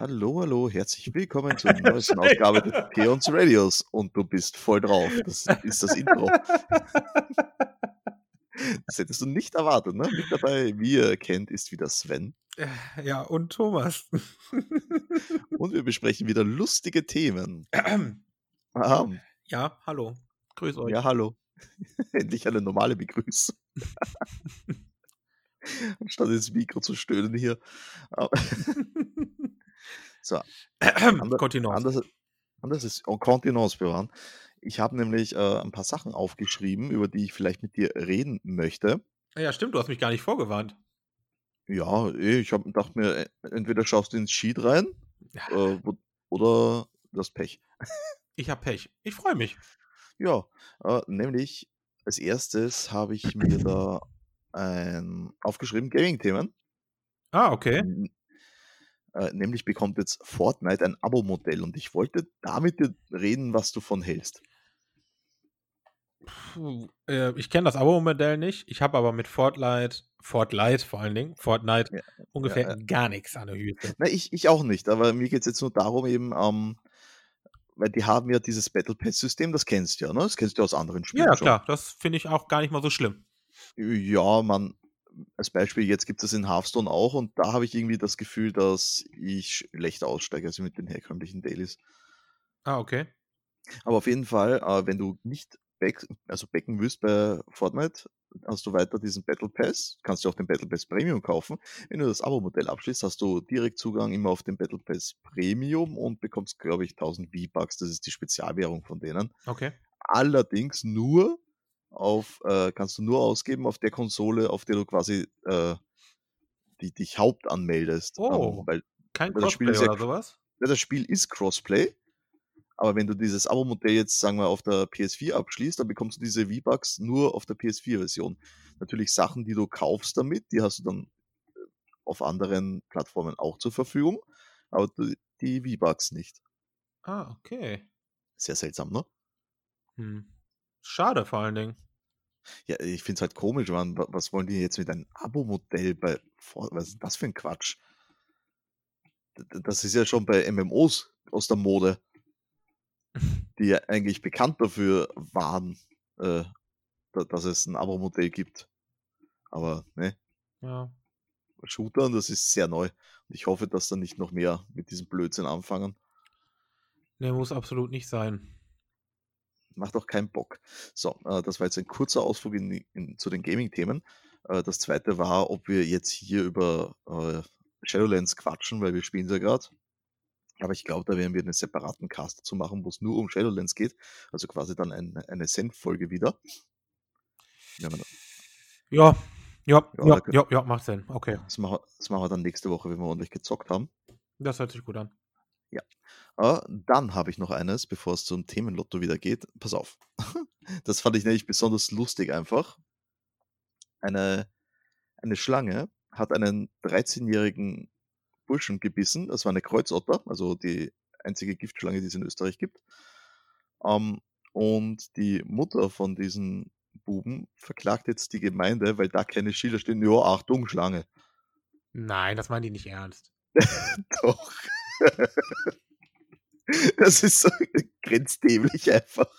Hallo, hallo, herzlich willkommen zur neuesten Ausgabe des Peons Radios. Und du bist voll drauf. Das ist das Intro. Das hättest du nicht erwartet, ne? Mit dabei, wie ihr kennt, ist wieder Sven. Ja, und Thomas. Und wir besprechen wieder lustige Themen. Aha. Ja, hallo. Grüß euch. Ja, hallo. Endlich eine normale Begrüßung. Anstatt ins Mikro zu stöhnen hier. So, Ander- Kontinuum. anders, anders ist en Kontinence bewahren. Ich habe nämlich äh, ein paar Sachen aufgeschrieben, über die ich vielleicht mit dir reden möchte. Ah Ja, stimmt, du hast mich gar nicht vorgewarnt. Ja, eh, ich hab, dachte mir, äh, entweder schaust du ins Sheet rein äh, wo- oder das Pech. Ich hab Pech. Ich freue mich. Ja, äh, nämlich als erstes habe ich mir da ein, aufgeschrieben Gaming-Themen. Ah, okay. N- Äh, nämlich bekommt jetzt Fortnite ein Abo-Modell und ich wollte damit dir reden, was du von hältst. Puh, äh, ich kenne das Abo-Modell nicht. Ich habe aber mit Fortnite, Fortnite vor allen Dingen, Fortnite Ja, ungefähr ja, gar nichts an der Hüte. Na, ich, ich auch nicht, aber mir geht es jetzt nur darum, eben, ähm, weil die haben ja dieses Battle Pass-System, das kennst du ja, ne? Das kennst du aus anderen Spielen. Ja, schon. klar, das finde ich auch gar nicht mal so schlimm. Ja, man, als Beispiel, jetzt gibt es in Hearthstone auch und da habe ich irgendwie das Gefühl, dass ich schlechter aussteige, also mit den herkömmlichen Dailies. Ah, okay. Aber auf jeden Fall, äh, wenn du nicht back, also backen willst bei Fortnite, hast du weiter diesen Battle Pass, kannst du auch den Battle Pass Premium kaufen. Wenn du das Abo-Modell abschließt, hast du direkt Zugang immer auf den Battle Pass Premium und bekommst, glaube ich, 1000 V-Bucks, das ist die Spezialwährung von denen. Okay. Allerdings nur auf, äh, kannst du nur ausgeben auf der Konsole, auf der du quasi äh, die, dich hauptanmeldest. Oh. weil Kein Aber Also das Spiel Cosplay ist ja oder sowas? ja, das Spiel ist Crossplay, aber wenn du dieses Abo-Modell jetzt, sagen wir, auf der PS4 abschließt, dann bekommst du diese V-Bucks nur auf der PS4-Version. Natürlich Sachen, die du kaufst damit, die hast du dann äh, auf anderen Plattformen auch zur Verfügung, aber du- die V-Bucks nicht. Ah, okay. Sehr seltsam, ne? Hm. Schade vor allen Dingen. Ja, ich find's halt komisch, man, wa- was wollen die jetzt mit einem Abo-Modell bei, Fort- was ist das für ein Quatsch? D- d- Das ist ja schon bei MMOs aus der Mode, die ja eigentlich bekannt dafür waren, äh, da- dass es ein Abo-Modell gibt. Aber, ne, Ja. bei Shootern, das ist sehr neu. Und ich hoffe, dass da nicht noch mehr mit diesem Blödsinn anfangen. Nee, muss absolut nicht sein. Macht auch keinen Bock. So, äh, das war jetzt ein kurzer Ausflug in, die- in, zu den Gaming-Themen. Äh, das zweite war, ob wir jetzt hier über äh, Shadowlands quatschen, weil wir spielen ja gerade. Aber ich glaube, da werden wir einen separaten Cast dazu machen, wo es nur um Shadowlands geht. Also quasi dann ein, eine Senf-Folge wieder. Ja, man- Ja, Ja, ja, ja, da- ja, ja, macht Sinn. Okay. das, machen wir, das machen wir dann nächste Woche, wenn wir ordentlich gezockt haben. Das hört sich gut an. Ah, dann habe ich noch eines, bevor es zum Themenlotto wieder geht. Pass auf. Das fand ich nämlich besonders lustig einfach. Eine, eine Schlange hat einen 13-jährigen Burschen gebissen. Das war eine Kreuzotter, also die einzige Giftschlange, die es in Österreich gibt. Ähm, und die Mutter von diesen Buben verklagt jetzt die Gemeinde, weil da keine Schilder stehen. Ja, Achtung, Schlange. Nein, das meinen die nicht ernst. Doch. Das ist so grenzdämlich einfach.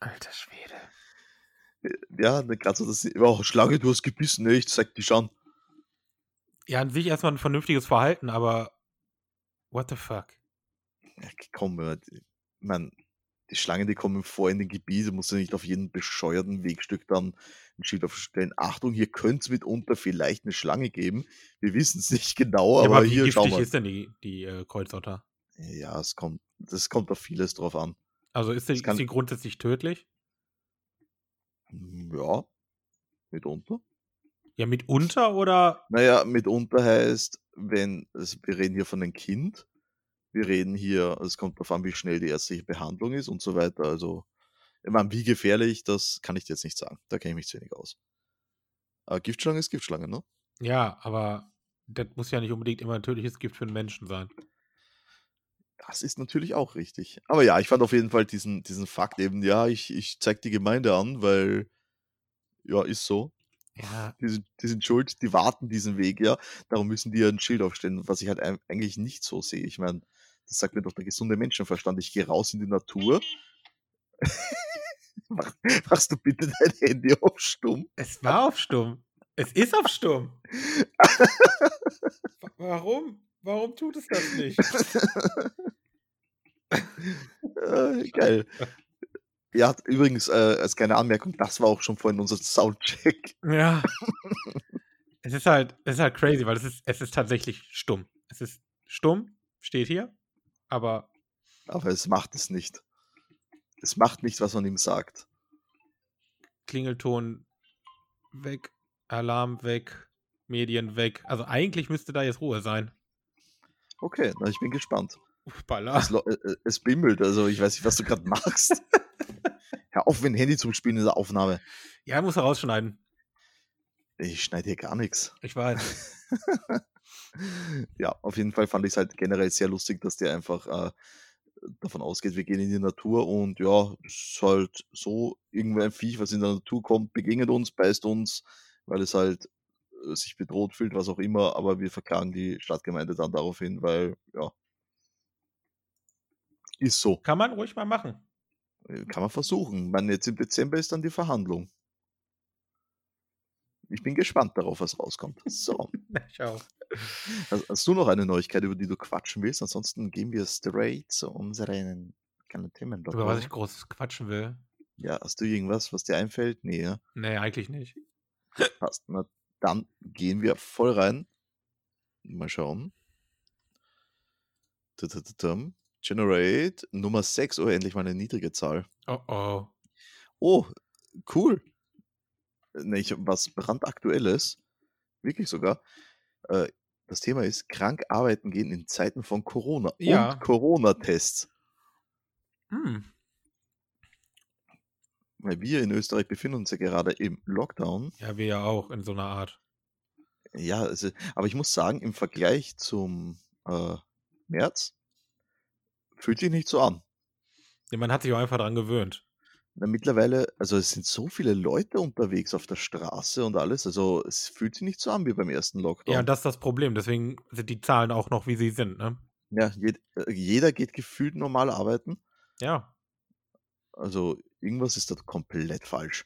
Alter Schwede. Ja, dann kannst du das. Oh, Schlange, du hast gebissen, ne? Ich zeig dich an. Ja, an sich erstmal ein vernünftiges Verhalten, aber what the fuck? Ja, komm, äh, die- man, die Schlangen, die kommen vor in den Gebiet, du musst ja nicht auf jeden bescheuerten Wegstück dann ein Schild aufstellen. Achtung, hier könnte es mitunter vielleicht eine Schlange geben. Wir wissen es nicht genau, Ja, aber, wie hier schau giftig mal. ist denn die, die äh, Kreuzotter? Ja, es kommt, das kommt auf vieles drauf an. Also ist die, Das kann- ist die grundsätzlich tödlich? Hm, Ja, mitunter. Ja, mitunter oder? Naja, mitunter heißt, wenn, also wir reden hier von einem Kind, wir reden hier, es kommt darauf an, wie schnell die ärztliche Behandlung ist und so weiter. Also, ich meine, wie gefährlich, das kann ich dir jetzt nicht sagen. Da kenne ich mich zu wenig aus. Aber Giftschlange ist Giftschlange, ne? Ja, aber das muss ja nicht unbedingt immer ein tödliches Gift für einen Menschen sein. Das ist natürlich auch richtig. Aber ja, ich fand auf jeden Fall diesen, diesen Fakt eben, ja, ich, ich zeig die Gemeinde an, weil, ja, ist so. Ja, Die sind, die sind schuld, die warten diesen Weg, ja. Darum müssen die ja ein Schild aufstellen, was ich halt ein- eigentlich nicht so sehe. Ich meine, das sagt mir doch der gesunde Menschenverstand. Ich gehe raus in die Natur. Mach, machst du bitte dein Handy auf stumm? es war auf Stumm. Es ist auf Stumm. Wa- Warum? Warum tut es das nicht? Äh, geil. Ja, übrigens, äh, als kleine Anmerkung, das war auch schon vorhin unser Soundcheck. Ja. es ist halt, es ist halt crazy, weil es ist, es ist tatsächlich stumm. Es ist stumm, steht hier, aber Aber es macht es nicht. Es macht nicht, was man ihm sagt. Klingelton weg, Alarm weg, Medien weg. Also eigentlich müsste da jetzt Ruhe sein. Okay, na, ich bin gespannt. Uppala. Es, lo- äh, äh, es bimmelt, also ich weiß nicht, was du gerade machst. Hör auf, mein Handy zu spielen in der Aufnahme. Ja, muss herausschneiden. Ich schneide hier gar nichts. Ich weiß. Ja, auf jeden Fall fand ich es halt generell sehr lustig, dass der einfach äh, davon ausgeht, wir gehen in die Natur und ja, es ist halt so, irgendwer ein Viech, was in der Natur kommt, begegnet uns, beißt uns, weil es halt äh, sich bedroht fühlt, was auch immer, aber wir verklagen die Stadtgemeinde dann darauf hin, weil ja, ist so. Kann man ruhig mal machen. Äh, Kann man versuchen. Ich meine, jetzt im Dezember ist dann die Verhandlung. Ich bin gespannt darauf, was rauskommt. So, Ich auch. hast, hast du noch eine Neuigkeit, über die du quatschen willst? Ansonsten gehen wir straight zu unseren kleinen Themenblock. Über was oder? ich großes quatschen will. Ja, hast du irgendwas, was dir einfällt? Nee, ja. Nee, eigentlich nicht. Passt. Na, dann gehen wir voll rein. Mal schauen. Tü-tü-tü-tüm. Generate Nummer 6. Oh, endlich mal eine niedrige Zahl. Oh oh. Oh, cool. Ne, ich hab was brandaktuelles. Wirklich sogar. Äh, das Thema ist, krank arbeiten gehen in Zeiten von Corona Ja. und Corona-Tests. Hm. Weil wir in Österreich befinden uns ja gerade im Lockdown. Ja, wir ja auch in so einer Art. Ja, also, aber ich muss sagen, im Vergleich zum äh, März fühlt sich nicht so an. Ja, man hat sich auch einfach dran gewöhnt. Na, mittlerweile, also es sind so viele Leute unterwegs auf der Straße und alles. Also es fühlt sich nicht so an wie beim ersten Lockdown. Ja, das ist das Problem. Deswegen sind die Zahlen auch noch, wie sie sind, ne? Ja, jed äh, jeder geht gefühlt normal arbeiten. Ja. Also irgendwas ist da komplett falsch.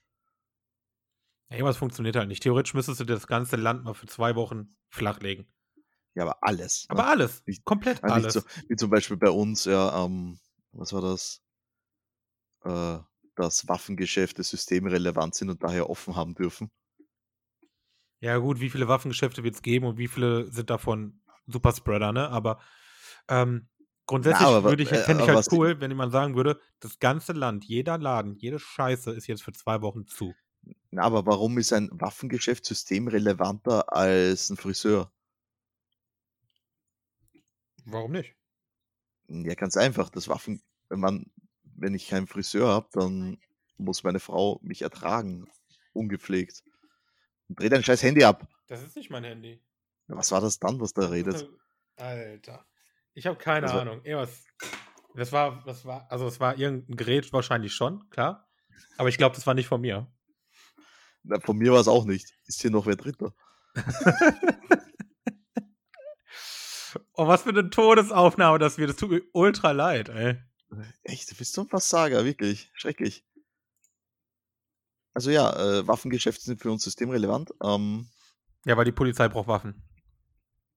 Ja, Irgendwas funktioniert halt nicht. Theoretisch müsstest du das ganze Land mal für zwei Wochen flachlegen. Ja, aber alles. Aber ne? alles. Nicht- komplett Ah, nicht alles. so, wie zum Beispiel bei uns, ja, ähm, was war das? Äh, dass Waffengeschäfte systemrelevant sind und daher offen haben dürfen. Ja, gut, wie viele Waffengeschäfte wird es geben und wie viele sind davon Superspreader, ne? Aber ähm, grundsätzlich Na, aber wa- würde ich, äh, fände ich aber was halt die- cool, wenn jemand sagen würde, das ganze Land, jeder Laden, jede Scheiße ist jetzt für zwei Wochen zu. Na, aber warum ist ein Waffengeschäft systemrelevanter als ein Friseur? Warum nicht? Ja, ganz einfach. Das Waffen, wenn man, wenn ich keinen Friseur habe, dann muss meine Frau mich ertragen. Ungepflegt. Und dreh dein scheiß Handy ab. Das ist nicht mein Handy. Äh, Ja, Was war das dann, was da redet? Alter. Ich habe keine Das war- Ahnung. Irgendwas. Das war, das war, also es war irgendein Gerät wahrscheinlich schon, klar. Aber ich glaube, das war nicht von mir. Na, von mir war es auch nicht. Ist hier noch wer Dritter? Oh, was für eine Todesaufnahme das wird. Das tut mir ultra leid, ey. Echt, du bist so ein Versager, wirklich. Schrecklich. Also ja, äh, Waffengeschäfte sind für uns systemrelevant. Ähm, Ja, weil die Polizei braucht Waffen.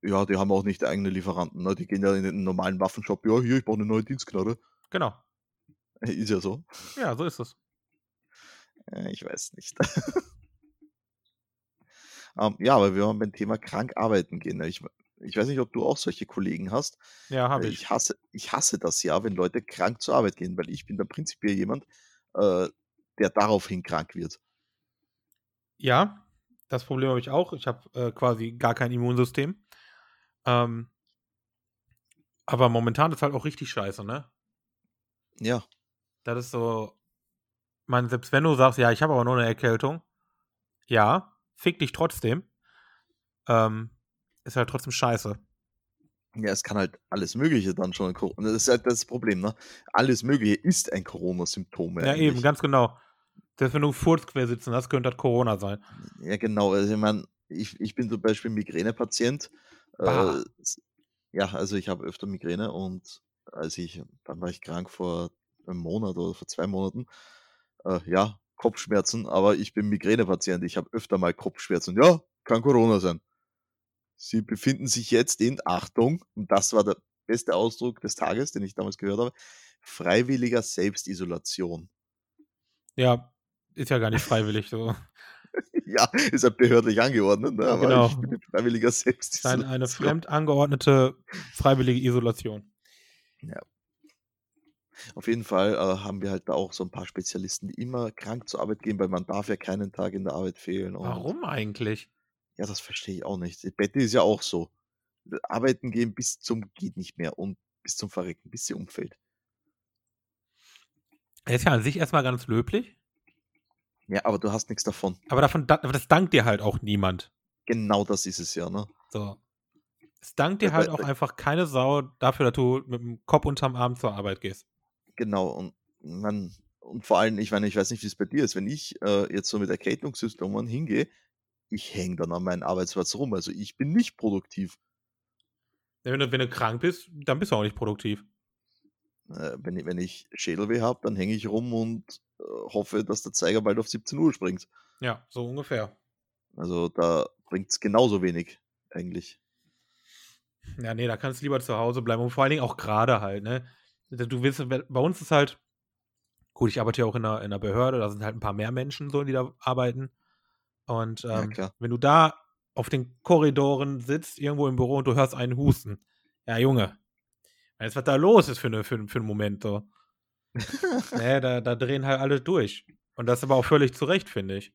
ja, die haben auch nicht eigene Lieferanten. Ne? Die gehen ja in den normalen Waffenshop. Ja, hier, ich brauche eine neue Dienstknarre. Genau. Ist ja so. Ja, so ist es. Äh, Ich weiß nicht. ähm, ja, aber wir waren beim Thema krank arbeiten gehen. ne? Ich, ich weiß nicht, ob du auch solche Kollegen hast. Ja, habe Äh, ich. Ich hasse, ich hasse das ja, wenn Leute krank zur Arbeit gehen, weil ich bin da prinzipiell jemand, äh, der daraufhin krank wird. Ja, das Problem habe ich auch. Ich habe äh, quasi gar kein Immunsystem. Ähm, aber momentan ist halt auch richtig scheiße, ne? Ja, Das ist so. Man, selbst wenn du sagst, ja, ich habe aber nur eine Erkältung, ja, fick dich trotzdem. Ähm, ist halt trotzdem scheiße. ja, es kann halt alles Mögliche dann schon. ein Cor- Das ist halt das Problem, ne? Alles Mögliche ist ein Corona-Symptom. Ja, eben, eigentlich. ganz genau. Selbst wenn du Furz quer sitzen hast, könnte das Corona sein. Ja, genau. Also ich meine, ich, ich bin zum Beispiel Migränepatient. Bah. Äh, s- ja, also ich habe öfter Migräne und als ich, dann war ich krank vor einem Monat oder vor zwei Monaten. Äh, ja, Kopfschmerzen, aber ich bin Migränepatient. Ich habe öfter mal Kopfschmerzen. Ja, kann Corona sein. Sie befinden sich jetzt in, Achtung, und das war der beste Ausdruck des Tages, den ich damals gehört habe, freiwilliger Selbstisolation. Ja, ist ja gar nicht freiwillig. So. Ja, ist halt behördlich angeordnet, ne? Ja, aber genau. ich bin in freiwilliger Eine, eine Selbstisolation. fremd angeordnete freiwillige Isolation. Auf jeden Fall äh, haben wir halt da auch so ein paar Spezialisten, die immer krank zur Arbeit gehen, weil man darf ja keinen Tag in der Arbeit fehlen. Und Warum eigentlich? Ja, das verstehe ich auch nicht. Betty ist ja auch so. Arbeiten gehen bis zum geht nicht mehr und bis zum Verrecken, bis sie umfällt. Er ist ja an sich erstmal ganz löblich, Ja, aber du hast nichts davon. aber davon da, aber das dankt dir halt auch niemand. Genau das ist es ja, ne? So. Es dankt Ja, dir halt weil- auch weil- einfach keine Sau dafür, dass du mit dem Kopf unterm Arm zur Arbeit gehst. Genau. Und man, und vor allem, ich meine, ich weiß nicht, wie es bei dir ist, wenn ich äh, jetzt so mit Erkältungssymptomen hingehe, ich hänge dann an meinem Arbeitsplatz rum. Also ich bin nicht produktiv. Wenn du, wenn du krank bist, dann bist du auch nicht produktiv. Äh, wenn, ich- wenn ich Schädelweh habe, dann hänge ich rum und äh, hoffe, dass der Zeiger bald auf 17 Uhr springt. Ja, so ungefähr. Also da bringt es genauso wenig eigentlich. Ja, nee, da kannst du lieber zu Hause bleiben und vor allen Dingen auch gerade halt, ne? Du willst, bei uns ist halt, gut, ich arbeite ja auch in einer, in einer Behörde, da sind halt ein paar mehr Menschen so, die da arbeiten. Und Ja, ähm, klar. wenn du da auf den Korridoren sitzt, irgendwo im Büro und du hörst einen Husten. Ja, Junge. Weißt du, was da los ist für, ne, für, für einen Moment so? nee, da, da drehen halt alle durch. Und das aber auch völlig zu Recht, finde ich.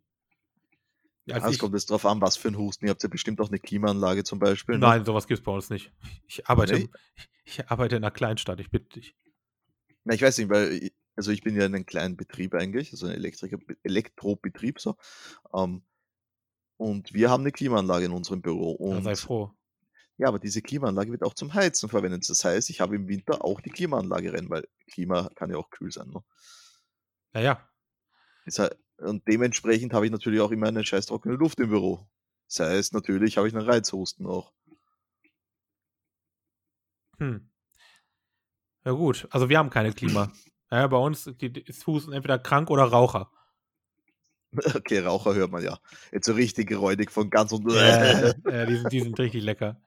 Als Also es ich- kommt jetzt drauf an, was für ein Husten. Ihr habt ja bestimmt auch eine Klimaanlage zum Beispiel. ne? Nein, sowas gibt es bei uns nicht. Ich arbeite, Nee? ich arbeite in einer Kleinstadt, ich bitte dich. Na, ich weiß nicht, weil ich, also ich bin ja in einem kleinen Betrieb eigentlich, also ein Elektriker, Elektrobetrieb so. Ähm, und wir haben eine Klimaanlage in unserem Büro. Ja, Und sei froh. ja, aber diese Klimaanlage wird auch zum Heizen verwendet. Das heißt, ich habe im Winter auch die Klimaanlage rennen, weil Klima kann ja auch kühl sein. Ne? Naja, Ist halt, und dementsprechend habe ich natürlich auch immer eine scheiß trockene Luft im Büro. Das heißt, natürlich habe ich einen Reizhusten auch. hm. Ja, gut. Also, wir haben keine Klima. Naja, bei uns die, die ist Husten entweder krank oder Raucher. Okay, Raucher hört man ja. Jetzt so richtig räudig von ganz unten. Äh, äh, die, sind, die sind richtig lecker.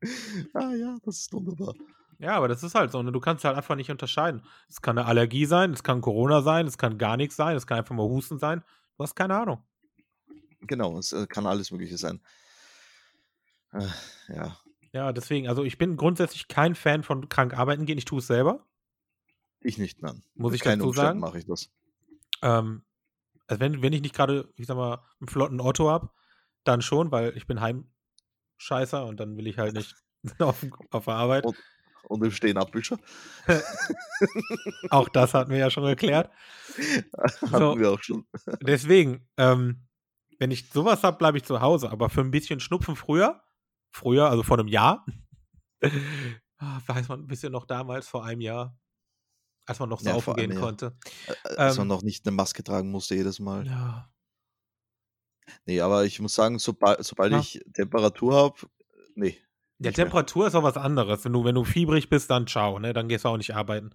Ah ja, das ist wunderbar. Ja, aber das ist halt so. Ne? Du kannst halt einfach nicht unterscheiden. Es kann eine Allergie sein, es kann Corona sein, es kann gar nichts sein, es kann einfach mal Husten sein. Du hast keine Ahnung. Genau, es äh, kann alles Mögliche sein. Äh, Ja, Ja, deswegen, also ich bin grundsätzlich kein Fan von krank arbeiten gehen. Ich tue es selber. ich nicht, nein. Muss Mit ich keinen dazu Umständen sagen? mache ich das. Ähm, also wenn, wenn ich nicht gerade, ich sag mal, einen flotten Otto habe, dann schon, weil ich bin Heimscheißer und dann will ich halt nicht auf, auf der Arbeit. Und- Und im Stehen Abwischer Auch das hatten wir ja schon geklärt. hatten So. wir auch schon. Deswegen, ähm, wenn ich sowas habe, bleibe ich zu Hause. Aber für ein bisschen Schnupfen früher, früher, also vor einem Jahr, ah, weiß man ein bisschen noch damals, vor einem Jahr, als man noch Ja, saufen vor gehen einem Jahr. konnte. Äh, Dass Ähm. man noch nicht eine Maske tragen musste jedes Mal. Ja. Nee, aber ich muss sagen, sobald, sobald Ja. ich Temperatur habe, nee. Ja, nicht mehr. Temperatur ist auch was anderes. Wenn du, wenn du fiebrig bist, dann ciao, ne? Dann gehst du auch nicht arbeiten.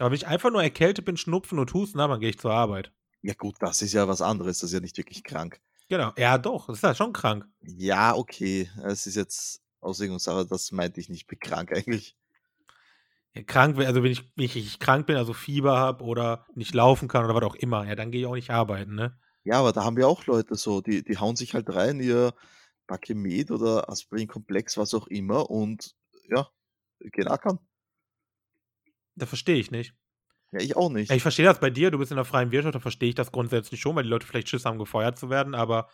Aber wenn ich einfach nur erkältet bin, schnupfen und husten, na, dann gehe ich zur Arbeit. Ja gut, das ist ja was anderes, das ist ja nicht wirklich krank. Genau. Ja, doch, das ist ja schon krank. Ja, okay, es ist jetzt Auslegungssache, das meinte ich nicht mit krank eigentlich. Ja, krank, wär- also wenn ich, wenn ich richtig krank bin, also Fieber habe oder nicht laufen kann oder was auch immer, ja, dann gehe ich auch nicht arbeiten, ne? Ja, aber da haben wir auch Leute so, die, die hauen sich halt rein, ihr Bakemet oder Aspirin-Komplex, was auch immer, und ja, gehen ackern. Das verstehe ich nicht. Ja, ich auch nicht. Ja, ich verstehe das bei dir, du bist in der freien Wirtschaft, da verstehe ich das grundsätzlich schon, weil die Leute vielleicht Schiss haben, gefeuert zu werden, aber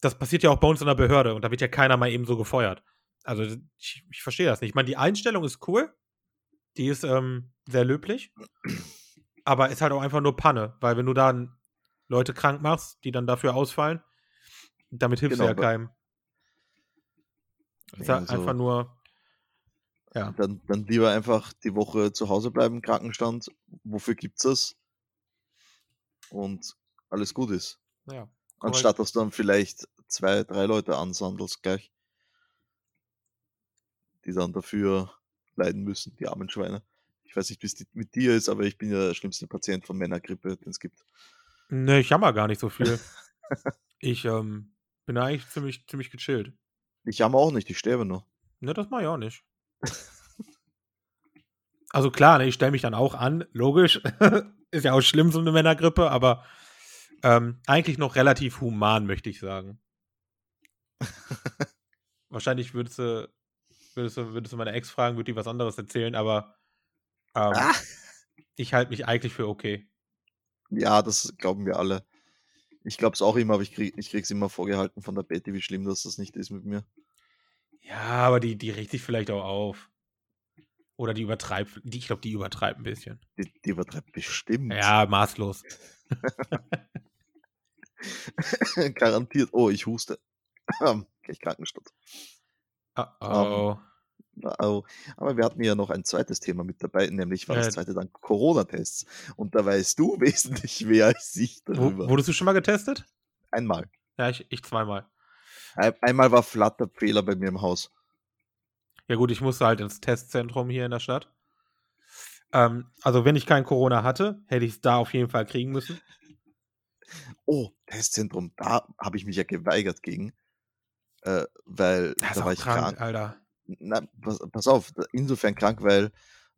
das passiert ja auch bei uns in der Behörde und da wird ja keiner mal eben so gefeuert. Also ich, ich verstehe das nicht. Ich meine, die Einstellung ist cool, die ist ähm, sehr löblich, aber ist halt auch einfach nur Panne, weil wenn du dann Leute krank machst, die dann dafür ausfallen, damit hilfst Genau, du ja weil- keinem. Ist Ja, halt also- einfach nur, ja. Dann, dann lieber einfach die Woche zu Hause bleiben, Krankenstand. Wofür gibt's das? Und alles gut ist. Ja. Anstatt dass du dann vielleicht zwei, drei Leute ansandelst gleich, die dann dafür leiden müssen, die armen Schweine. Ich weiß nicht, wie es die- mit dir ist, aber ich bin ja der schlimmste Patient von Männergrippe, den es gibt. Nee, ich jammer gar nicht so viel. ich ähm, bin da eigentlich ziemlich, ziemlich gechillt. Ich jammer auch nicht, ich sterbe nur. Ne, das mache ich auch nicht. Also klar, ne, ich stelle mich dann auch an, logisch. Ist ja auch schlimm, so eine Männergrippe, aber ähm, eigentlich noch relativ human, möchte ich sagen. Wahrscheinlich würdest du, würdest du, würdest du meine Ex fragen, würde die was anderes erzählen, aber ähm, Ah. ich halte mich eigentlich für okay. Ja, das glauben wir alle. Ich glaube es auch immer, aber ich, krieg, ich krieg's immer vorgehalten von der Betty, wie schlimm dass das nicht ist mit mir. Ja, aber die, die regt sich vielleicht auch auf. Oder die übertreibt, die, ich glaube, die übertreibt ein bisschen. Die, die übertreibt bestimmt. Ja, maßlos. Garantiert. Oh, ich huste. Gleich Krankenstadt. Oh, oh. Au. Aber wir hatten ja noch ein zweites Thema mit dabei, nämlich war Ja. das zweite dann Corona-Tests. Und da weißt du wesentlich mehr als ich Wo, darüber. wurdest du schon mal getestet? Einmal. Ja, ich, ich zweimal. Ein- Einmal war Flutter-Fehler bei mir im Haus. Ja gut, ich musste halt ins Testzentrum hier in der Stadt. Ähm, also wenn ich kein Corona hatte, hätte ich es da auf jeden Fall kriegen müssen. Oh, Testzentrum, da habe ich mich ja geweigert gegen. Äh, weil Das ist da auch war ich krank. Alter. Na, pass, pass auf, da- insofern krank, weil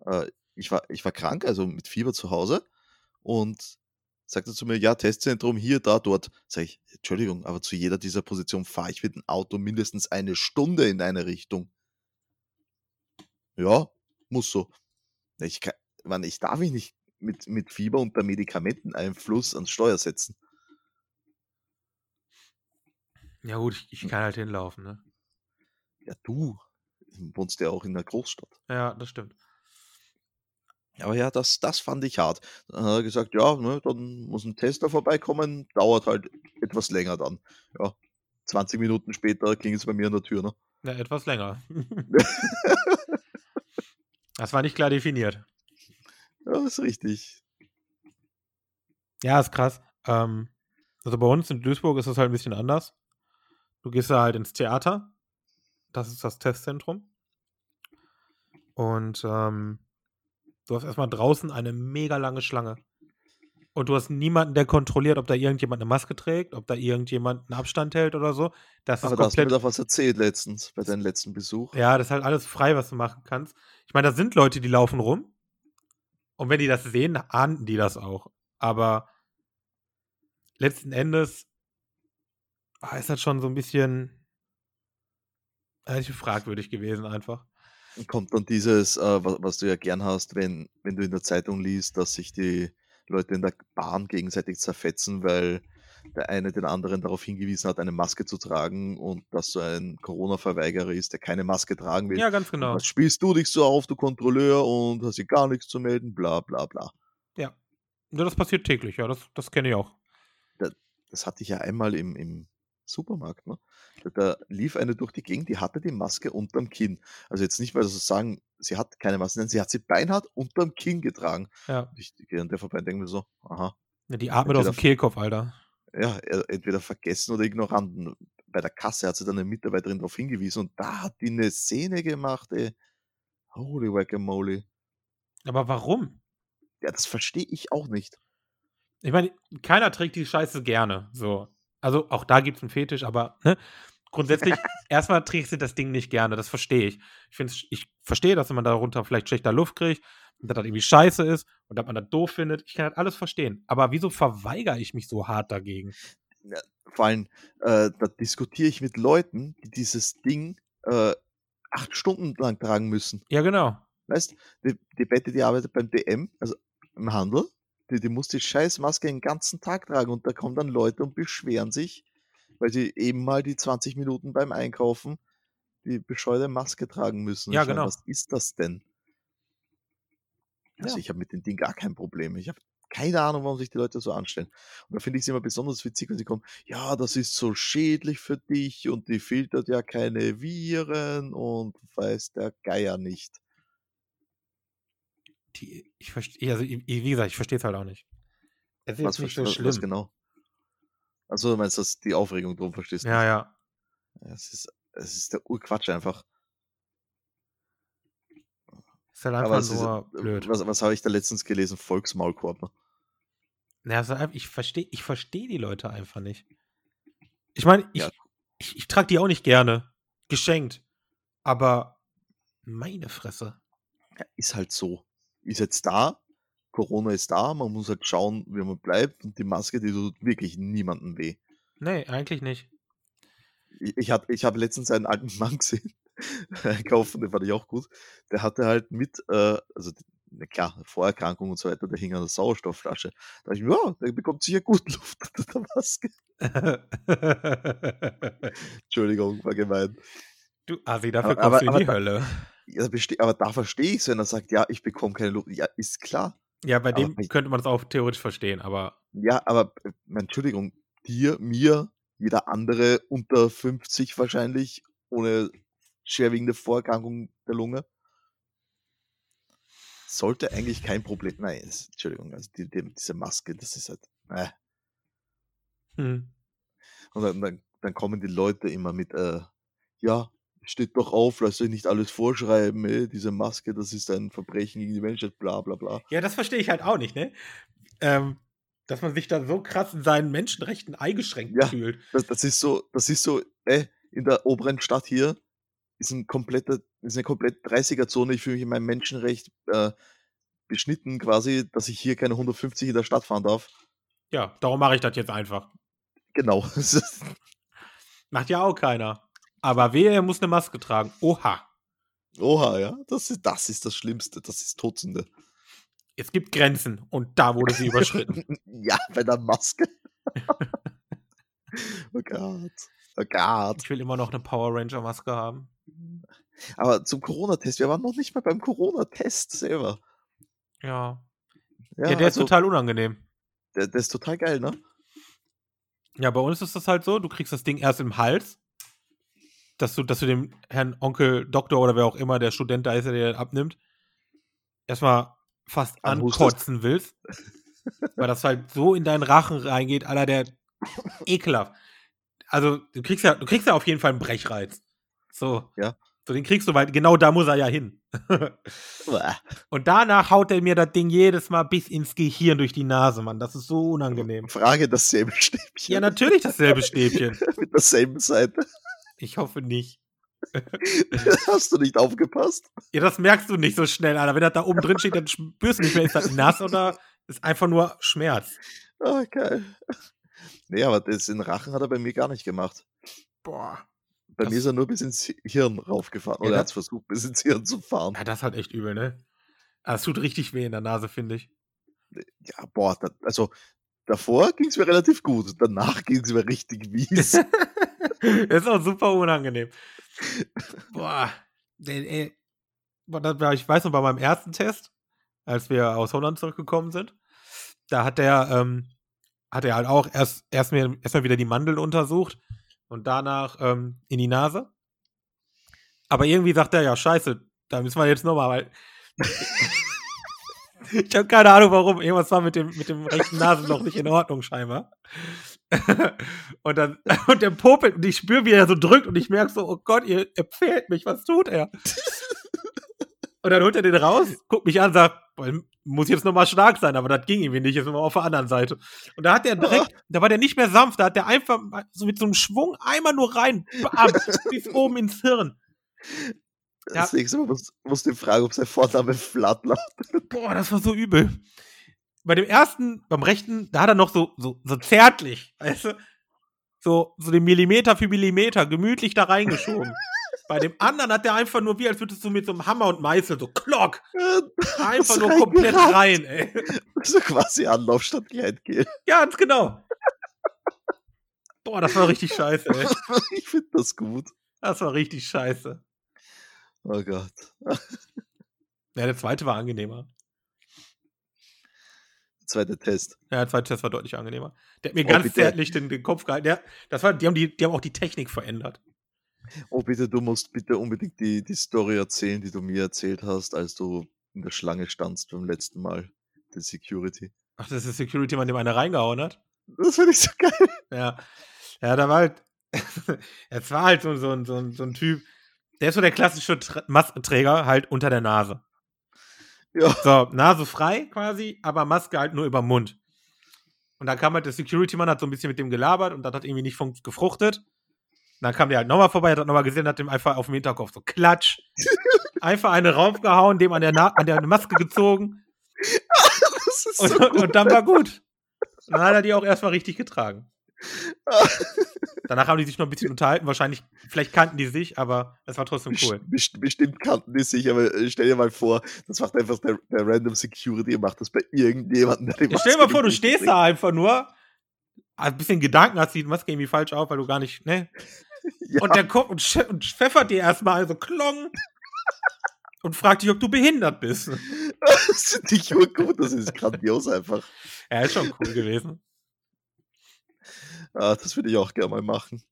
äh, ich, war, ich war krank, also mit Fieber zu Hause und sagte zu mir, ja, Testzentrum hier, da, dort. Sag ich, Entschuldigung, aber zu jeder dieser Positionen fahre ich mit dem Auto mindestens eine Stunde in eine Richtung. Ja, muss so. Na, Ich, kann, man, ich darf mich nicht mit, mit Fieber und der Medikamenteneinfluss ans Steuer setzen. Ja gut, ich, ich Hm. kann halt hinlaufen, ne? Ja, du wohnst ja auch in einer Großstadt. Ja, das stimmt. Aber ja, das, das fand ich hart. Dann hat er gesagt, ja, ne, dann muss ein Tester vorbeikommen, dauert halt etwas länger dann. Ja, 20 Minuten später klingelt es bei mir an der Tür. Ne? Ja, etwas länger. das war nicht klar definiert. Ja, ist richtig. Ja, ist krass. Ähm, also bei uns in Duisburg ist das halt ein bisschen anders. Du gehst da halt ins Theater. Das ist das Testzentrum. Und ähm, du hast erstmal draußen eine mega lange Schlange. Und du hast niemanden, der kontrolliert, ob da irgendjemand eine Maske trägt, ob da irgendjemand einen Abstand hält oder so. Das ist Aber da hast du mir komplett. doch was erzählt letztens, bei deinem letzten Besuch. Ja, das ist halt alles frei, was du machen kannst. Ich meine, da sind Leute, die laufen rum. Und wenn die das sehen, ahnden die das auch. Aber letzten Endes ah, ist das schon so ein bisschen ah, ist fragwürdig gewesen einfach. Und kommt dann dieses, äh, was, was du ja gern hast, wenn, wenn du in der Zeitung liest, dass sich die Leute in der Bahn gegenseitig zerfetzen, weil der eine den anderen darauf hingewiesen hat, eine Maske zu tragen und dass so ein Corona-Verweigerer ist, der keine Maske tragen will. Ja, ganz genau. Was spielst du dich so auf, du Kontrolleur, und hast hier gar nichts zu melden, bla bla bla. Ja, das passiert täglich, ja, das, das kenne ich auch. Das hatte ich ja einmal im, im Supermarkt, ne? Da, da lief eine durch die Gegend, die hatte die Maske unterm Kinn. Also jetzt nicht, weil sie so sagen, sie hat keine Maske, nein, sie hat sie beinhart unterm Kinn getragen. Ja. Und Ich gehe an der vorbei und denke mir so, aha, Ja, Die atmet aus dem Entweder- Kehlkopf, Alter. ja, e- entweder vergessen oder ignoranten. Bei der Kasse hat sie dann eine Mitarbeiterin darauf hingewiesen und da hat die eine Szene gemacht, ey. Holy guacamole. Aber warum? Ja, das verstehe ich auch nicht. Ich meine, keiner trägt die Scheiße gerne. So. Also auch da gibt es einen Fetisch, aber ne? grundsätzlich, erstmal trägst du das Ding nicht gerne, das verstehe ich. Ich, find's, ich verstehe, dass man darunter vielleicht schlechter Luft kriegt und dass das irgendwie scheiße ist und dass man das doof findet. Ich kann das alles verstehen. Aber wieso verweigere ich mich so hart dagegen? vor allem, äh, da diskutiere ich mit Leuten, die dieses Ding äh, acht Stunden lang tragen müssen. Ja, genau. Weißt die, die Betty, die arbeitet beim DM, also im Handel, die, die muss die Scheißmaske den ganzen Tag tragen und da kommen dann Leute und beschweren sich, weil sie eben mal die 20 Minuten beim Einkaufen die bescheuerte Maske tragen müssen. Ja, Ich mein, genau. Was ist das denn? Also Ja. ich habe mit dem Ding gar kein Problem. Ich habe keine Ahnung, warum sich die Leute so anstellen. Und da finde ich es immer besonders witzig, wenn sie kommen, ja, das ist so schädlich für dich und die filtert ja keine Viren und weiß der Geier nicht. Die, ich verstehe, also ich, ich- wie gesagt, ich verstehe es halt auch nicht. Es ist jetzt Was, nicht verste- so was- schlimm. was genau? Also du meinst, dass die Aufregung drum verstehst Ja, ja. ja. Es ist, es ist der Urquatsch einfach. Ist halt Aber einfach es ist, äh, nur blöd. was, was habe ich da letztens gelesen? Volksmaulkorb. ne? Naja, es ist einfach- ich verstehe ich versteh die Leute einfach nicht. Ich meine, ich, Ja. ich, ich trage die auch nicht gerne. Geschenkt. Aber meine Fresse. Ist halt so. Ist jetzt da. Corona ist da. Man muss halt schauen, wie man bleibt. Und die Maske, die tut wirklich niemandem weh. Nee, eigentlich nicht. Ich, ich habe ich hab letztens einen alten Mann gesehen, einkaufen, den fand ich auch gut. Der hatte halt mit, äh, also na klar, Vorerkrankung und so weiter, der hing an der Sauerstoffflasche. Da dachte ich, mir, ja, der bekommt sicher gut Luft unter der Maske. Entschuldigung, war gemein. du Assi, dafür Aber- kommst du in aber- die aber- Hölle. Ja, beste- aber da verstehe ich es, wenn er sagt, ja, ich bekomme keine Luft. Ja, ist klar. Ja, bei dem aber- könnte man es auch theoretisch verstehen, aber Ja, aber äh, mein, Entschuldigung, dir, mir, jeder andere unter 50 wahrscheinlich, ohne schwerwiegende Vorerkrankung der Lunge. Sollte eigentlich kein Problem. Nein, es- Entschuldigung, also die, die, diese Maske, das ist halt. Äh. hm. Und dann, dann, dann kommen die Leute immer mit, äh, ja, steht doch auf, lasst euch nicht alles vorschreiben, ey, diese Maske, das ist ein Verbrechen gegen die Menschheit, bla bla bla. Ja, das verstehe ich halt auch nicht, ne? Ähm, dass man sich da so krass in seinen Menschenrechten eingeschränkt Ja. fühlt. Das, das ist so, das ist so, ey, in der oberen Stadt hier ist ein kompletter, ist eine komplett 30er-Zone. Ich fühle mich in meinem Menschenrecht äh, beschnitten quasi, dass ich hier keine 150 in der Stadt fahren darf. Ja, darum mache ich das jetzt einfach. Genau. Das ist- Macht ja auch keiner. Aber wer er muss eine Maske tragen. Oha. Oha, ja. Das ist, das ist das Schlimmste, das ist Totzende. Es gibt Grenzen und da wurde sie überschritten. Ja, bei der Maske. oh Gott. Oh Gott. Ich will immer noch eine Power Ranger Maske haben. Aber zum Corona-Test, wir waren noch nicht mal beim Corona-Test selber. Ja. Ja, der also, ist total unangenehm. der, der ist total geil, ne? Ja, bei uns ist das halt so, du kriegst das Ding erst im Hals, dass du, dass du dem Herrn Onkel Doktor oder wer auch immer, der Student da ist, der dir das abnimmt, erstmal fast Anhustest. ankotzen willst. weil das halt so in deinen Rachen reingeht, aller der ekelhaft. Also, du kriegst ja, du kriegst ja auf jeden Fall einen Brechreiz. So. Ja. So, den kriegst du, weil genau da muss er ja hin. Uah. Und danach haut er mir das Ding jedes Mal bis ins Gehirn durch die Nase, Mann. Das ist so unangenehm. Frage dasselbe Stäbchen. Ja, natürlich dasselbe Stäbchen. mit derselben Seite. Ich hoffe nicht. Hast du nicht aufgepasst? Ja, das merkst du nicht so schnell, Alter. Wenn das da oben drin steht, dann spürst du nicht mehr, ist das nass oder ist einfach nur Schmerz. Ah, geil. Nee, aber das in Rachen hat er bei mir gar nicht gemacht. Boah. Bei Das- mir ist er nur bis ins Hirn raufgefahren. Ja, Oder er das- hat es versucht, bis ins Hirn zu fahren. Ja, das ist halt echt übel, ne? Aber es tut richtig weh in der Nase, finde ich. Ja, boah, da, also davor ging es mir relativ gut. Danach ging es mir richtig wies. ist auch super unangenehm. Boah. Denn, ey, äh, boah, das war- ich weiß noch, bei meinem ersten Test, als wir aus Holland zurückgekommen sind, da hat der, ähm, hat er halt auch erst erstmal erst mal wieder die Mandeln untersucht und danach ähm, in die Nase. Aber irgendwie sagt er, ja, scheiße, da müssen wir jetzt nochmal, weil. ich habe keine Ahnung warum. Irgendwas war mit dem, mit dem rechten Nasenloch nicht in Ordnung, scheinbar. und dann, und der popelt und ich spüre, wie er so drückt und ich merke so, oh Gott, ihr empfehlt mich, was tut er? und dann holt er den raus, guckt mich an, sagt, boah, muss jetzt nochmal stark sein, aber das ging irgendwie nicht, jetzt sind wir auf der anderen Seite. Und da hat er direkt, da war der nicht mehr sanft, da hat der einfach mal so mit so einem Schwung einmal nur rein, bam, bis oben ins Hirn. Das nächste Mal musst, musst du ihn fragen, ob sein Vorname Flattler. Boah, das war so übel. Bei dem ersten, beim rechten, da hat er noch so, so, so zärtlich, weißt du? So, so den Millimeter für Millimeter gemütlich da reingeschoben. Bei dem anderen hat er einfach nur, wie als würdest du mit so einem Hammer und Meißel so klock, einfach nur komplett rein, ey. So quasi Anlauf statt Gleitgel. Ja, ganz genau. Boah, das war richtig scheiße, ey. Ich finde das gut. Das war richtig scheiße. Oh Gott. Ja, der zweite war angenehmer. Zweiter Test. Ja, der zweite Test war deutlich angenehmer. Der hat mir Oh, ganz bitte. zärtlich den, den Kopf gehalten. Der, das war, die, haben die, die haben auch die Technik verändert. Oh, bitte, du musst bitte unbedingt die, die Story erzählen, die du mir erzählt hast, als du in der Schlange standst beim letzten Mal. Den Security. Ach, das ist der Security, man dem einer reingehauen hat? Das finde ich so geil. Ja. Ja, da war halt. es war halt so, so, ein- so, ein- so ein Typ. Der ist so der klassische Tr Maskenträger halt unter der Nase. Ja. So, Nase frei quasi, aber Maske halt nur über Mund. Und dann kam halt der Security-Mann, hat so ein bisschen mit dem gelabert und das hat irgendwie nicht fun- gefruchtet. Und dann kam der halt nochmal vorbei, hat das nochmal gesehen, hat dem einfach auf dem Hinterkopf so klatsch. einfach eine raufgehauen, dem an der, Na an der Maske gezogen Das ist und, so gut. und dann war gut. Und dann hat er die auch erstmal richtig getragen. Danach haben die sich noch ein bisschen unterhalten. Wahrscheinlich, vielleicht kannten die sich, aber es war trotzdem cool. Best- Bestimmt kannten die sich, aber äh, stell dir mal vor, das macht einfach der, der Random Security und macht das bei irgendjemandem. der die Ja, stell dir mal Maske vor, du nicht stehst trägt. da einfach nur, ein bisschen Gedanken hast, die Maske irgendwie falsch auf, weil du gar nicht, ne? Ja, Und der kommt und, sch- und pfeffert dir erstmal so klong und fragt dich, ob du behindert bist. das ist nicht nur gut, das ist grandios einfach. Ja, ist schon cool gewesen. Ah, das würde ich auch gerne mal machen.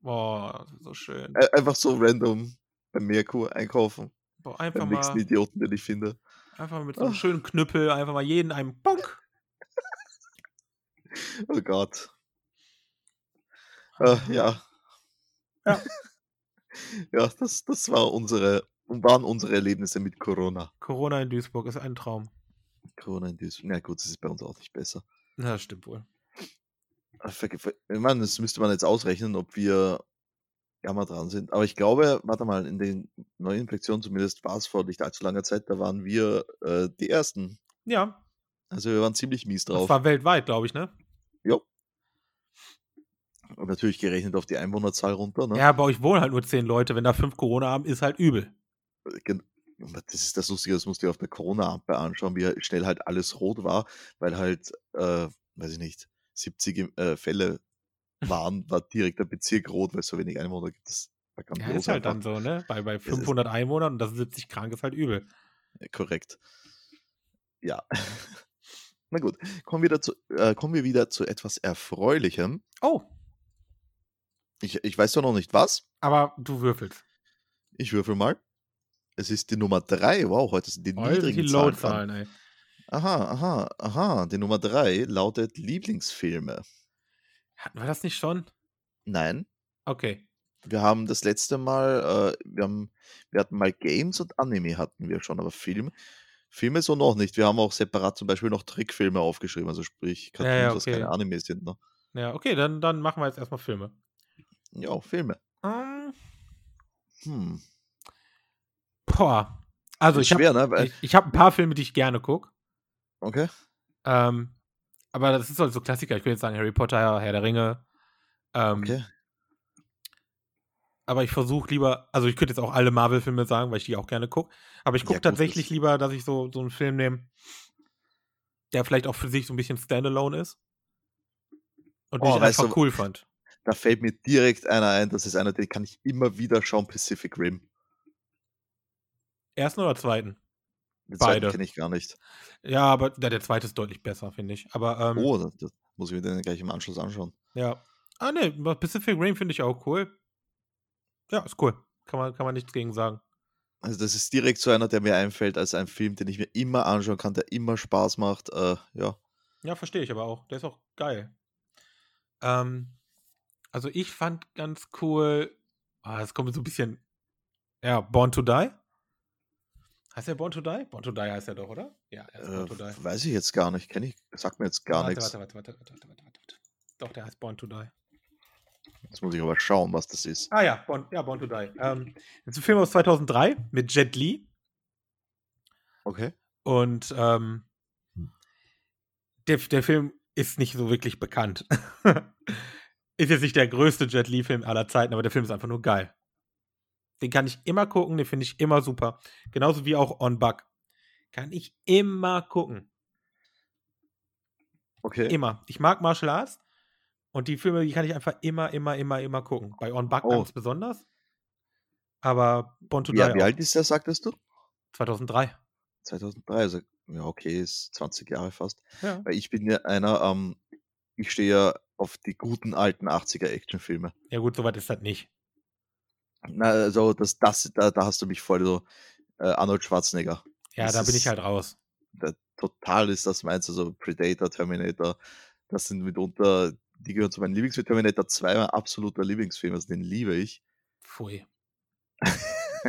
Boah, so schön. Ä- Einfach so random beim Merkur einkaufen. Boah, Beim einfach mal, nächsten Idioten, den ich finde. einfach mit so einem schönen Knüppel, einfach mal jeden einen Bonk. Oh Gott. Äh, ja. Ja. ja, das, das war unsere, waren unsere Erlebnisse mit Corona. Corona in Duisburg ist ein Traum. Corona in Duisburg. Na gut, das ist bei uns auch nicht besser. Na, das stimmt wohl. Äh, verge- ver- Ich meine, das müsste man jetzt ausrechnen, ob wir ja mal dran sind. Aber ich glaube, warte mal, in den Neuinfektionen zumindest war es vor nicht allzu langer Zeit, da waren wir äh, die Ersten. Ja, Also wir waren ziemlich mies das drauf. war weltweit, glaube ich, ne? Und natürlich gerechnet auf die Einwohnerzahl runter. Ne? Ja, bei euch wohnen halt nur zehn Leute. Wenn da fünf Corona haben, ist halt übel. Gen- Aber Das ist das Lustige, das musst du dir auf der Corona-Ampel anschauen, wie schnell halt alles rot war, weil halt, äh, weiß ich nicht, 70 im- äh, Fälle waren, war direkt der Bezirk rot, weil es so wenig Einwohner gibt. Das war Ja, grandios ist halt dann einfach. so, ne? Bei, bei ist- 500 Einwohnern und das 70 krank ist halt übel. Äh, Korrekt. Ja. Na gut, kommen wir, dazu, äh, kommen wir wieder zu etwas Erfreulichem. Oh, Ich, ich weiß doch noch nicht was. aber du würfelst. Ich würfel mal. Es ist die Nummer 3. Wow, heute sind die Heute sind die niedrigen Zahlen. dran. Low-Zahlen, ey. Aha, aha, aha. Die Nummer 3 lautet Lieblingsfilme. Hatten wir das nicht schon? Nein, Okay. wir haben das letzte Mal, äh, wir, haben, wir hatten mal Games und Anime hatten wir schon, aber Film, Filme so noch nicht. Wir haben auch separat zum Beispiel noch Trickfilme aufgeschrieben, also sprich Ja, Cartoons, ja, was okay. keine Anime sind. Ne? Ja, okay, dann, dann machen wir jetzt erstmal Filme. Ja, Filme. Ähm, Hm. boah. Also, ist ich habe schwer, ne? Weil, ich, ich hab ein paar Filme, die ich gerne gucke. okay. Ähm, aber das ist halt so Klassiker. Ich will jetzt sagen Harry Potter, Herr der Ringe. Ähm, Okay. aber ich versuche lieber, also ich könnte jetzt auch alle Marvel-Filme sagen, weil ich die auch gerne gucke, aber ich Ja, gucke gut, tatsächlich das- lieber, dass ich so, so einen Film nehme, der vielleicht auch für sich so ein bisschen standalone ist und den Oh, ich weißt einfach du- cool fand. Da fällt mir direkt einer ein, das ist einer, den kann ich immer wieder schauen, Pacific Rim. Ersten oder zweiten? Den Beide. kenne ich gar nicht. Ja, aber der, der zweite ist deutlich besser, finde ich. Aber, ähm, Oh, das, das muss ich mir dann gleich im Anschluss anschauen. ja. Ah, ne, Pacific Rim finde ich auch cool. Ja, ist cool. Kann man, kann man nichts gegen sagen. Also das ist direkt so einer, der mir einfällt, als ein Film, den ich mir immer anschauen kann, der immer Spaß macht. Äh, ja. Ja, verstehe ich aber auch. Der ist auch geil. Ähm, also ich fand ganz cool, ah, es kommt so ein bisschen, ja, Born to Die. Heißt der Born to Die? Born to Die heißt er doch, oder? Ja, er ist Äh, Born to Die. weiß ich jetzt gar nicht. Kenn ich, sagt mir jetzt gar warte, nichts. warte, warte, warte, warte, warte, warte, warte. Doch, der heißt Born to Die. Jetzt muss ich aber schauen, was das ist. Ah ja, Born, ja, Born to Die. Ähm, das ist ein Film aus 2003 mit Jet Li. Okay. Und ähm, Hm. der, der Film ist nicht so wirklich bekannt. ist jetzt nicht der größte Jet Li-Film aller Zeiten, aber der Film ist einfach nur geil. Den kann ich immer gucken, den finde ich immer super. Genauso wie auch On Bug. Kann ich immer gucken. Okay. Immer. Ich mag Martial Arts und die Filme, die kann ich einfach immer, immer, immer, immer gucken. Bei On Bug Oh. ganz besonders. Aber Born to Die ja, wie auch. alt ist der, sagtest du? 2003. 2003. Also, ja, okay, ist 20 Jahre fast. Ja. Weil ich bin ja einer, ähm, ich stehe ja auf die guten alten 80er Actionfilme. ja, gut, soweit ist das nicht. Na, also das, das, da, da hast du mich voll so äh, Arnold Schwarzenegger. Ja, Das da bin ist- ich halt raus. Total ist das meins, also Predator, Terminator, Das sind mitunter, die gehören zu meinen Lieblingsfilmen. Terminator 2 war absoluter Lieblingsfilm, also den liebe ich. Pfui.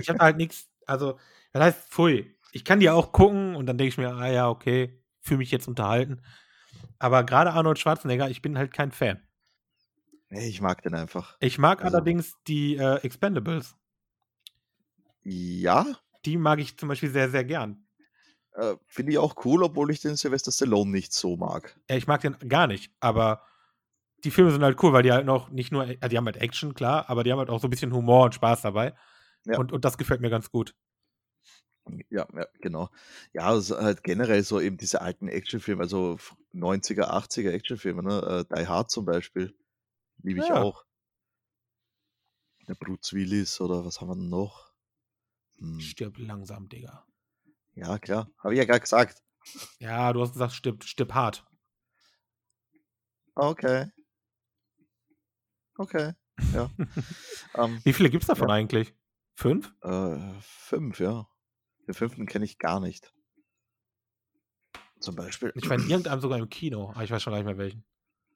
ich habe halt nichts, also, das heißt, pfui. Ich kann die auch gucken und dann denke ich mir, ah ja, okay, fühle mich jetzt unterhalten. Aber gerade Arnold Schwarzenegger, ich bin halt kein Fan. Nee, Ich mag den einfach. Ich mag Also- allerdings die äh, Expendables. Ja, Die mag ich zum Beispiel sehr, sehr gern. äh, finde ich auch cool, obwohl ich den Sylvester Stallone nicht so mag. Ja, Ich mag den gar nicht, aber die Filme sind halt cool, weil die halt noch nicht nur, also die haben halt Action, klar, aber die haben halt auch so ein bisschen Humor und Spaß dabei. Ja. Und, und das gefällt mir ganz gut. Ja, ja genau. Ja, es ist halt generell so eben diese alten Actionfilme, also f- 90er, 80er Actionfilme, ne? Äh, Die Hard zum Beispiel. Liebe ich Ja. auch. Der Bruce Willis oder was haben wir denn noch? Hm, Stirb langsam, Digga. ja, klar. Habe ich ja gerade gesagt. Ja, du hast gesagt, stirb, stirb hart. Okay. Okay. Ja. ähm, Wie viele gibt's davon eigentlich? Fünf? äh, fünf, ja. Den fünften kenne ich gar nicht. Zum Beispiel. Ich war in irgendeinem sogar im Kino, aber ich weiß schon gar nicht mehr welchen.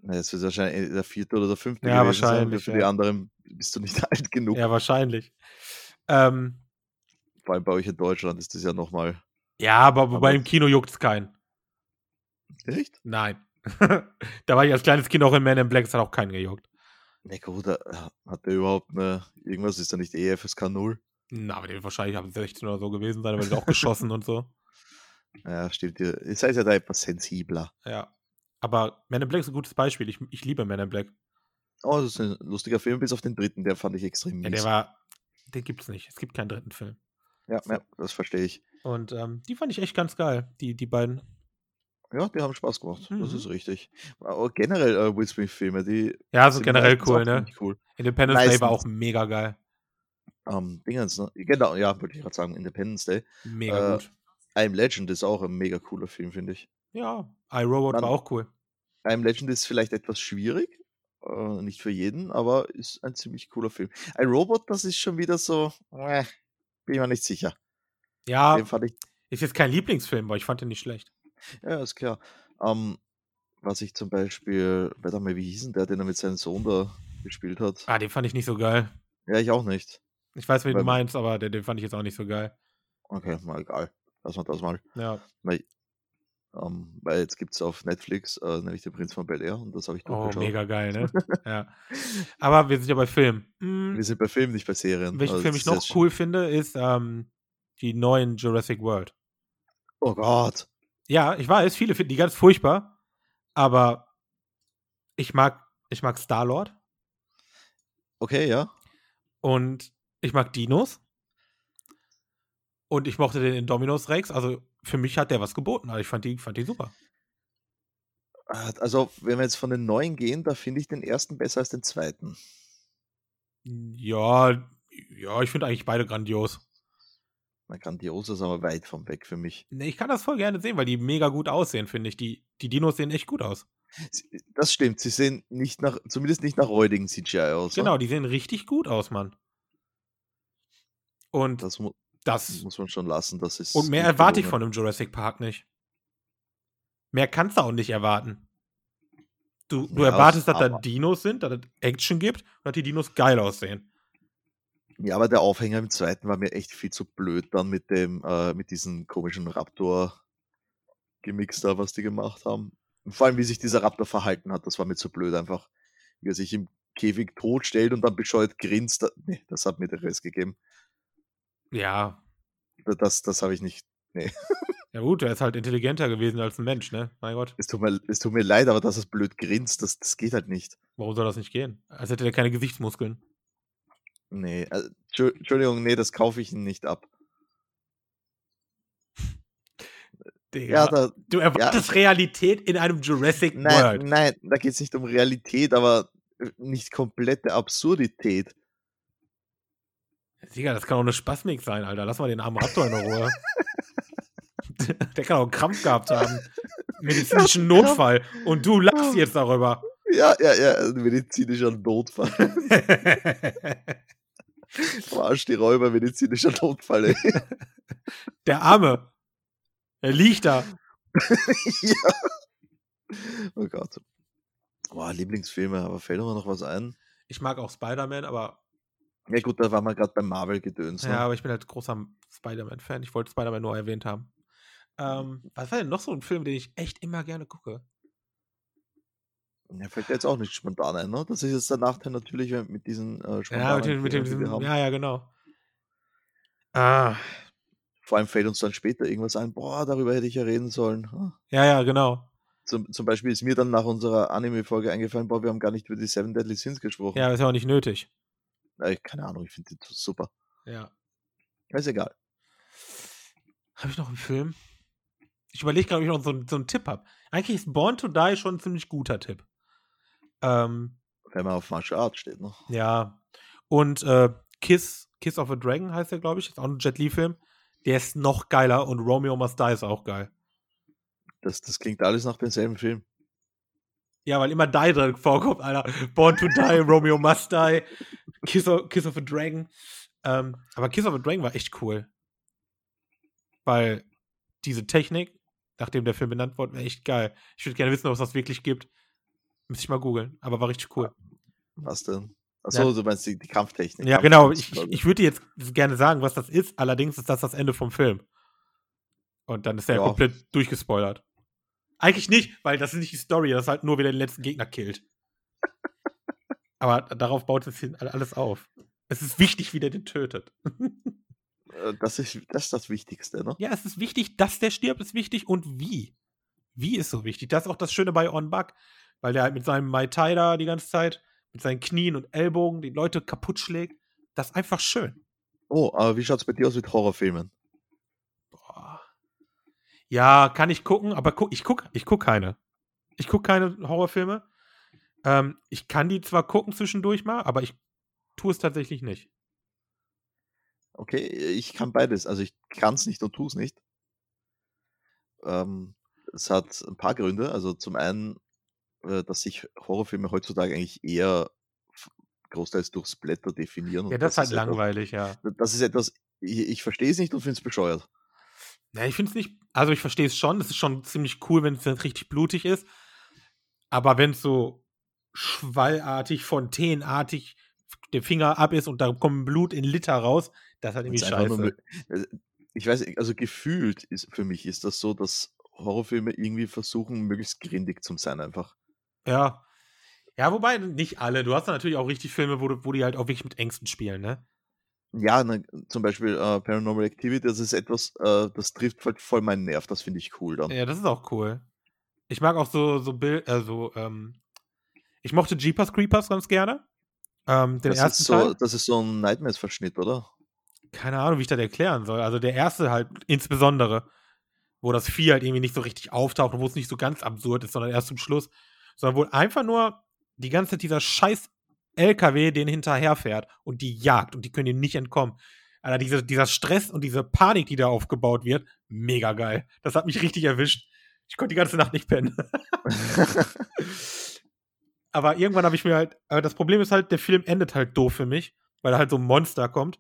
Na, das wird wahrscheinlich der vierte oder der fünfte Ja, gewesen sein, weil wahrscheinlich, Für ja. die anderen bist du nicht alt genug. Ja, wahrscheinlich. Ähm, Vor allem bei euch in Deutschland ist das ja nochmal. ja, aber, aber Aber- im Kino juckt's keinen. Echt? Nein. da war ich als kleines Kind auch in Man in Black, es hat auch keinen gejuckt. Na gut, äh, hat der überhaupt eine. Irgendwas ist da nicht EFSK 0? Na, aber der wird wahrscheinlich ab 16 oder so gewesen sein, aber der wird auch geschossen und so. Ja, stimmt. Ihr ihr seid ja da etwas sensibler. Ja. Aber Man in Black ist ein gutes Beispiel. Ich, ich liebe Man in Black. Oh, das ist ein lustiger Film, bis auf den dritten, der fand ich extrem Ja, mies. der war. Den gibt's nicht. Es gibt keinen dritten Film. ja, ja, das verstehe ich. Und ähm, die fand ich echt ganz geil, die, die beiden. Ja, die haben Spaß gemacht. Das Mhm. ist richtig. Aber generell äh, Will Smith-Filme, die. Ja, so sind generell meistens cool, auch ne? ziemlich Cool. Independence Day war auch Meistens. mega geil. Ähm, Dingens, ne? Genau, ja, wollte ich gerade sagen, Independence Day. Mega Äh, gut. I'm Legend ist auch ein mega cooler Film, finde ich. Ja, iRobot Mann. war auch cool. I'm Legend ist vielleicht etwas schwierig, äh, nicht für jeden, aber ist ein ziemlich cooler Film. Ein Robot, das ist schon wieder so, äh, bin ich mir nicht sicher. Ja, Den fand ich, ist jetzt kein Lieblingsfilm, aber ich fand den nicht schlecht. ja, ist klar. Ähm, was ich zum Beispiel, warte mal, wie hieß denn der, den er mit seinem Sohn da gespielt hat? Ah, den fand ich nicht so geil. Ja, ich auch nicht. Ich weiß, wen du Weil- meinst, aber den, den fand ich jetzt auch nicht so geil. Okay, mal egal. Lass mal das mal. Ja. Ähm, weil jetzt gibt es auf Netflix, äh, nämlich den Prinz von Bel Air und das habe ich Oh, durchgeschaut. mega geil, ne? ja. Aber wir sind ja bei Film. Hm, Wir sind bei Filmen, nicht bei Serien. welchen Also, Film das ich ist ja noch sch- cool finde, ist ähm, die neuen Jurassic World. Oh Gott. Ja, ich weiß, viele finden die ganz furchtbar, aber ich mag, ich mag Star-Lord Okay, ja. und ich mag Dinos und ich mochte den Indominus Rex, also für mich hat der was geboten, also ich fand die, fand die super. Also, wenn wir jetzt von den neuen gehen, da finde ich den ersten besser als den zweiten. Ja, ja, ich finde eigentlich beide grandios. Na, grandios ist aber weit von weg für mich. Nee, ich kann das voll gerne sehen, weil die mega gut aussehen, finde ich. Die, die Dinos sehen echt gut aus. Sie- Das stimmt, sie sehen nicht nach, zumindest nicht nach räudigen CGI aus. ne? Genau, die sehen richtig gut aus, Mann. Und Das mu das muss man schon lassen. Das ist Und mehr gut erwarte ich von gelungen. einem Jurassic Park nicht. Mehr kannst du auch nicht erwarten. Du, du Ja, erwartest, dass da aber- Dinos sind, dass es Action gibt und dass die Dinos geil aussehen. Ja, aber der Aufhänger im zweiten war mir echt viel zu blöd dann mit dem, äh, mit diesem komischen Raptor gemixt da, was die gemacht haben. Und vor allem, wie sich dieser Raptor verhalten hat, das war mir zu blöd einfach. Wie er sich im Käfig tot stellt und dann bescheuert grinst. da- Nee, das hat mir der Rest gegeben. Ja. Da- Das, das habe ich nicht Ja gut, er ist halt intelligenter gewesen als ein Mensch, ne? Mein Gott, Es tut mir, es tut mir leid, aber dass es blöd grinst, das, das geht halt nicht. warum soll das nicht gehen? Als hätte er keine Gesichtsmuskeln. Nee, also, Entschu- Entschuldigung, nee, das kaufe ich ihm nicht ab. Digga. Ja, da, du erwartest Realität in einem Jurassic nein, World. nein, da geht es nicht um Realität, aber äh, nicht komplette Absurdität. Digga, das kann auch eine Spasmik sein, Alter. Lass mal den armen Raptor in der Ruhe. der kann auch einen Krampf gehabt haben. Medizinischen Krampf. Notfall. Und du lachst jetzt darüber. Ja, ja, ja, ein medizinischer Notfall. Verarsch die Räuber, medizinischer Notfall. ey. Der Arme. Er liegt da. ja. Oh Gott. Boah, Lieblingsfilme, aber fällt mir noch was ein? Ich mag auch Spider-Man, aber Ja gut, da waren wir gerade beim Marvel-Gedöns. ne? Ja, aber ich bin halt großer Spider-Man-Fan. Ich wollte Spider-Man nur erwähnt haben. Ähm, was war denn noch so ein Film, den ich echt immer gerne gucke? Ne? Ja, fällt jetzt auch nicht spontan ein, ne? Das ist jetzt der Nachteil natürlich wenn- mit diesen äh, Ja, spontanen mit dem, mit dem, Ideen, die wir diesem- haben. ja, ja, genau. Ah, Vor allem fällt uns dann später irgendwas ein, boah, darüber hätte ich ja reden sollen. Hm. ja, ja, genau. Zum, zum Beispiel ist mir dann nach unserer Anime-Folge eingefallen, boah, wir haben gar nicht über die Seven Deadly Sins gesprochen. Ja, ist ja auch nicht nötig. Äh, keine Ahnung, ich finde die super. Ja. Ist egal. Habe ich noch einen Film? Ich überlege gerade, ob ich noch so, einen- so einen Tipp habe. Eigentlich ist Born to Die schon ein ziemlich guter Tipp. Ähm, Wenn man auf Martial Art steht, ne? ja. Und äh, Kiss, Kiss of a Dragon heißt der, glaube ich. Ist auch ein Jet Li-Film. Der ist noch geiler und Romeo Must Die ist auch geil. Das, das klingt alles nach demselben Film. Ja, weil immer Die drin vorkommt, Alter. Born to Die, Romeo Must Die, Kiss of, Kiss of a Dragon. Ähm, aber Kiss of a Dragon war echt cool. Weil diese Technik, nachdem der Film benannt wurde, wäre echt geil. Ich würde gerne wissen, ob es das wirklich gibt. Müsste ich mal googeln, aber war richtig cool. Was denn? Achso, Ja. du meinst die, die Kampftechnik. Ja, genau. Ich, ich- Kampfkunst, ich würde dir jetzt gerne sagen, was das ist. Allerdings ist das das Ende vom Film. Und dann ist er ja. Ja. komplett durchgespoilert. Eigentlich nicht, weil das ist nicht die Story, das ist halt nur, wer den letzten Gegner killt. Aber darauf baut es hin alles auf. Es ist wichtig, wie der den tötet. Äh, Das ist, das ist das Wichtigste, ne? Ja, es ist wichtig, dass der stirbt, ist wichtig und wie. Wie ist so wichtig? Das ist auch das Schöne bei On Bug, weil der halt mit seinem Mai Tai da die ganze Zeit, mit seinen Knien und Ellbogen die Leute kaputt schlägt. Das ist einfach schön. Oh, aber wie schaut's bei dir aus mit Horrorfilmen? Boah. Oh. Ja, kann ich gucken, aber gu ich guck, ich guck keine. Ich guck keine Horrorfilme. Ähm, ich kann die zwar gucken zwischendurch mal, aber ich tue es tatsächlich nicht. Okay, ich kann beides. Also ich kann's nicht und tu's nicht. Ähm, es hat ein paar Gründe. Also zum einen, äh, dass sich Horrorfilme heutzutage eigentlich eher f- großteils durchs Blätter definieren. und Ja, das, ist halt etwas- langweilig, ja. Das ist etwas, ich, ich verstehe es nicht und finde es bescheuert. Na, ich finde es nicht, also ich verstehe es schon, es ist schon ziemlich cool, wenn es richtig blutig ist. Aber wenn es so schwallartig, fontänenartig der Finger ab ist und da kommt Blut in Liter raus, das ist halt irgendwie Wenn's einfach nur scheiße. mö- äh, ich weiß, nicht, also gefühlt ist für mich ist das so, dass Horrorfilme irgendwie versuchen, möglichst grindig zu sein einfach. Ja. Ja, wobei nicht alle. Du hast da natürlich auch richtig Filme, wo, du, wo die halt auch wirklich mit Ängsten spielen, ne? Ja, ne, zum Beispiel äh, Paranormal Activity, das ist etwas, äh, das trifft halt voll meinen Nerv, das finde ich cool dann. Ja, das ist auch cool. Ich mag auch so, so Bild, also, ähm, ich mochte Jeepers Creepers ganz gerne. Ähm, den das, ersten ist so, Teil. das ist so ein Nightmares-Verschnitt, oder? Keine Ahnung, wie ich das erklären soll. Also der erste halt insbesondere, wo das Vieh halt irgendwie nicht so richtig auftaucht und wo es nicht so ganz absurd ist, sondern erst zum Schluss. Sondern wo einfach nur die ganze Zeit dieser scheiß LKW den hinterherfährt und die jagt und die können ihm nicht entkommen. Alter, diese, dieser Stress und diese Panik, die da aufgebaut wird, mega geil. Das hat mich richtig erwischt. Ich konnte die ganze Nacht nicht pennen. Aber irgendwann habe ich mir halt, aber das Problem ist halt, der Film endet halt doof für mich, weil da halt so ein Monster kommt.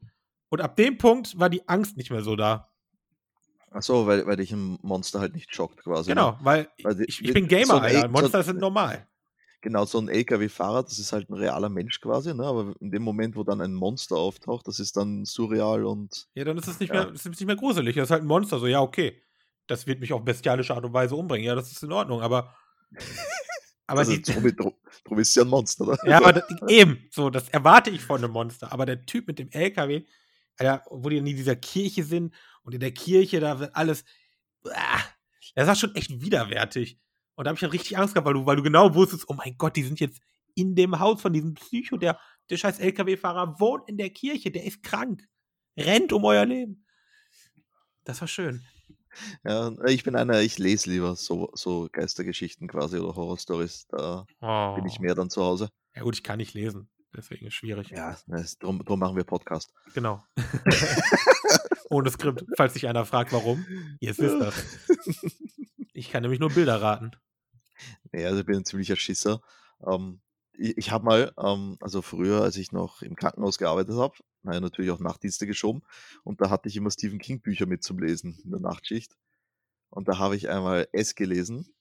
Und ab dem Punkt war die Angst nicht mehr so da. Achso, weil, weil dich ein Monster halt nicht schockt quasi. ne? genau, weil Weil die- ich, ich bin so ein Gamer, Egg- Alter. so- Monster sind normal. Genau, so ein LKW-Fahrer, das ist halt ein realer Mensch quasi, ne? aber in dem Moment, wo dann ein Monster auftaucht, das ist dann surreal und Ja, dann ist es nicht, Ja. mehr, das ist nicht mehr gruselig. Das ist halt ein Monster. So, ja, okay. Das wird mich auf bestialische Art und Weise umbringen. Ja, das ist in Ordnung, aber. aber also, die, drum, drum, drum ist ja ein Monster, ne? oder? Ja, aber das, eben, so, das erwarte ich von einem Monster. Aber der Typ mit dem LKW, Alter, wo die in dieser Kirche sind und in der Kirche, da wird alles. Ah, das war schon echt widerwärtig. Und da habe ich dann richtig Angst gehabt, weil du, weil du genau wusstest, oh mein Gott, die sind jetzt in dem Haus von diesem Psycho, der, der scheiß LKW-Fahrer wohnt in der Kirche, der ist krank. Rennt um euer Leben. Das war schön. Ja, äh, ich bin einer, ich lese lieber so, so Geistergeschichten quasi oder Horrorstories. Da bin Oh. ich mehr dann zu Hause. Ja, gut, ich kann nicht lesen. Deswegen ist schwierig. Ja, das, drum, drum machen wir Podcast. Genau. Ohne Skript, falls sich einer fragt, warum. Jetzt wisst das. Ich kann nämlich nur Bilder raten. Nee, also ich bin ein ziemlicher Schisser. Ähm, ich ich habe mal, ähm, also früher, als ich noch im Krankenhaus gearbeitet habe, naja, natürlich auch Nachtdienste geschoben, und da hatte ich immer Stephen King Bücher mit zum Lesen in der Nachtschicht. Und da habe ich einmal S gelesen